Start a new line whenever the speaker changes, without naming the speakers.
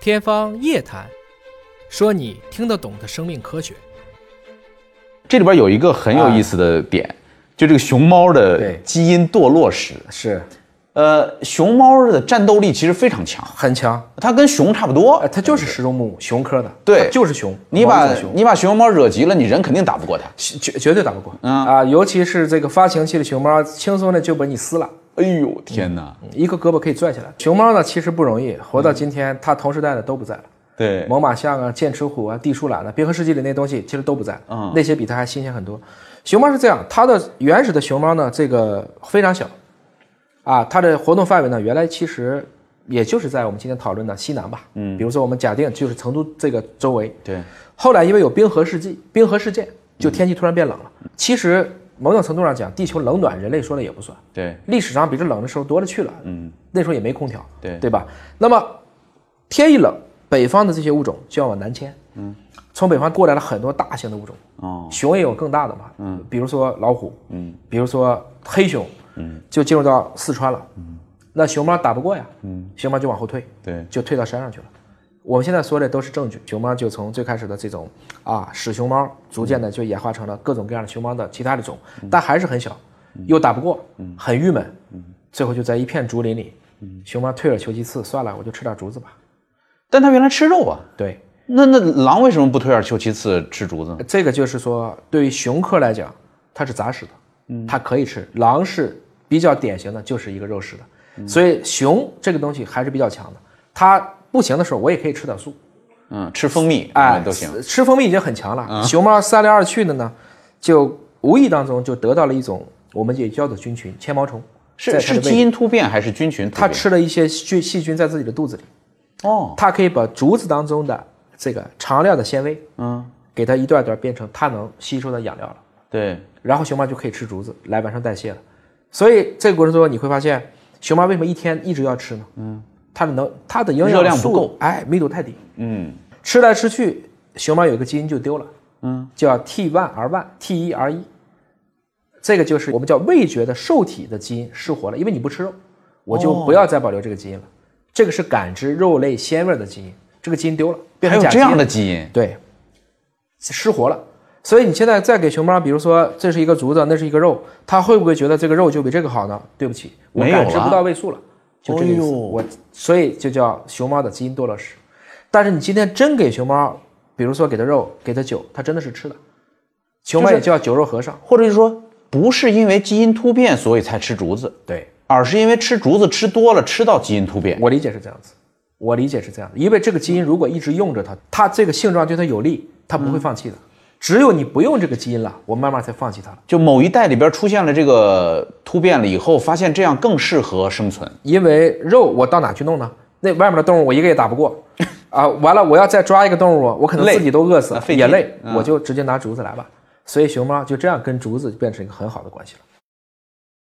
天方夜谭，说你听得懂的生命科学。
这里边有一个很有意思的点，
啊
就这个熊猫的
对
基因堕落史。
是
呃，熊猫的战斗力其实非常强，
很强，
它跟熊差不多
呃，。它就是食肉目母，熊科的，
对
它就是熊，
你
毛
把
种熊
你把熊猫惹急了，你人肯定打不过它。
绝绝对打不过
嗯
啊，尤其是这个发情期的熊猫，轻松的就把你撕了。
哎呦天哪！
嗯一个胳膊可以拽起来。熊猫呢，其实不容易，活到今天，它同时代的都不在了。
对，
猛犸象啊、剑齿虎啊、地鼠懒啊、冰河世纪里那东西其实都不在，
嗯
那些比它还新鲜很多。熊猫是这样，它的原始的熊猫呢，这个非常小，啊，它的活动范围呢，原来其实也就是在我们今天讨论的西南吧，嗯，比如说我们假定就是成都这个周围，
对，
后来因为有冰河世纪、冰河事件，就天气突然变冷了。其实某种程度上讲，地球冷暖人类说了也不算，
对，
历史上比这冷的时候多了去了，
嗯，
那时候也没空调，
对
对吧？那么天一冷，北方的这些物种就要往南迁，嗯，从北方过来了很多大型的物种，
哦，
熊也有更大的嘛，嗯，比如说老虎，
嗯，
比如说黑熊，嗯，就进入到四川了，嗯，那熊猫打不过呀，嗯，熊猫就往后退，
对，
就退到山上去了。我们现在说的都是证据，熊猫就从最开始的这种啊屎熊猫，逐渐的就演化成了各种各样的熊猫的其他的种，但还是很小，又打不过，很郁闷，最后就在一片竹林里，熊猫退而求其次，算了，我就吃点竹子吧。
但它原来吃肉啊。
对，
那那狼为什么不退而求其次吃竹子呢？
这个就是说，对于熊科来讲，它是杂食的，它可以吃。狼是比较典型的，就是一个肉食的，所以熊这个东西还是比较强的。它不行的时候，我也可以吃点素，
嗯，吃蜂蜜
哎，
都行。嗯
吃。吃蜂蜜已经很强了，熊猫三来二去的呢，就无意当中就得到了一种我们也叫做菌群纤毛虫，在
是
它的
是
胃
基
里
因突变还是菌群突
它
变？
吃了一些细菌细菌在自己的肚子里，
哦，
它可以把竹子当中的这个长料的纤维，
嗯，
给它一段段变成它能吸收的养料了。
对，
然后熊猫就可以吃竹子来完成代谢了。所以这个过程中你会发现，熊猫为什么一天一直要吃呢？嗯，它的能它的营养
热量不
素
够，
哎，密度太低，
嗯，
吃来吃去，熊猫有一个基因就丢了，嗯，叫 T 1 R 1 T 1 R 1这个就是我们叫味觉的受体的基因失活了，因为你不吃肉，我就
哦
不要再保留这个基因了。这个是感知肉类鲜味的基因，这个基因丢了，变
还
成假
有这
基因
样的基因。
对，失活了。所以你现在再给熊猫，比如说这是一个竹子，那是一个肉，它会不会觉得这个肉就比这个好呢？对不起，我
没有啊
感知
了
不到位素了，就这个意思。
哎呦
我所以就叫熊猫的基因堕落史。但是你今天真给熊猫，比如说给它肉，给它酒，它真的是吃的。熊猫
就
也
是
叫酒肉和尚，
或者是说，不是因为基因突变所以才吃竹子，
对
而是因为吃竹子吃多了，吃到基因突变。
我理解是这样子，我理解是这样子，因为这个基因如果一直用着它，它这个性状对它有利，它
嗯
不会放弃的。只有你不用这个基因了，我慢慢才放弃它了。
就某一代里边出现了这个突变了以后，发现这样更适合生存。
因为肉我到哪去弄呢？那外面的动物我一个也打不过， 啊，完了我要再抓一个动物，我可能
累
自己都饿死
啊
了，
费劲
也累，
嗯
我就直接拿竹子来吧。所以熊猫就这样跟竹子就变成一个很好的关系了。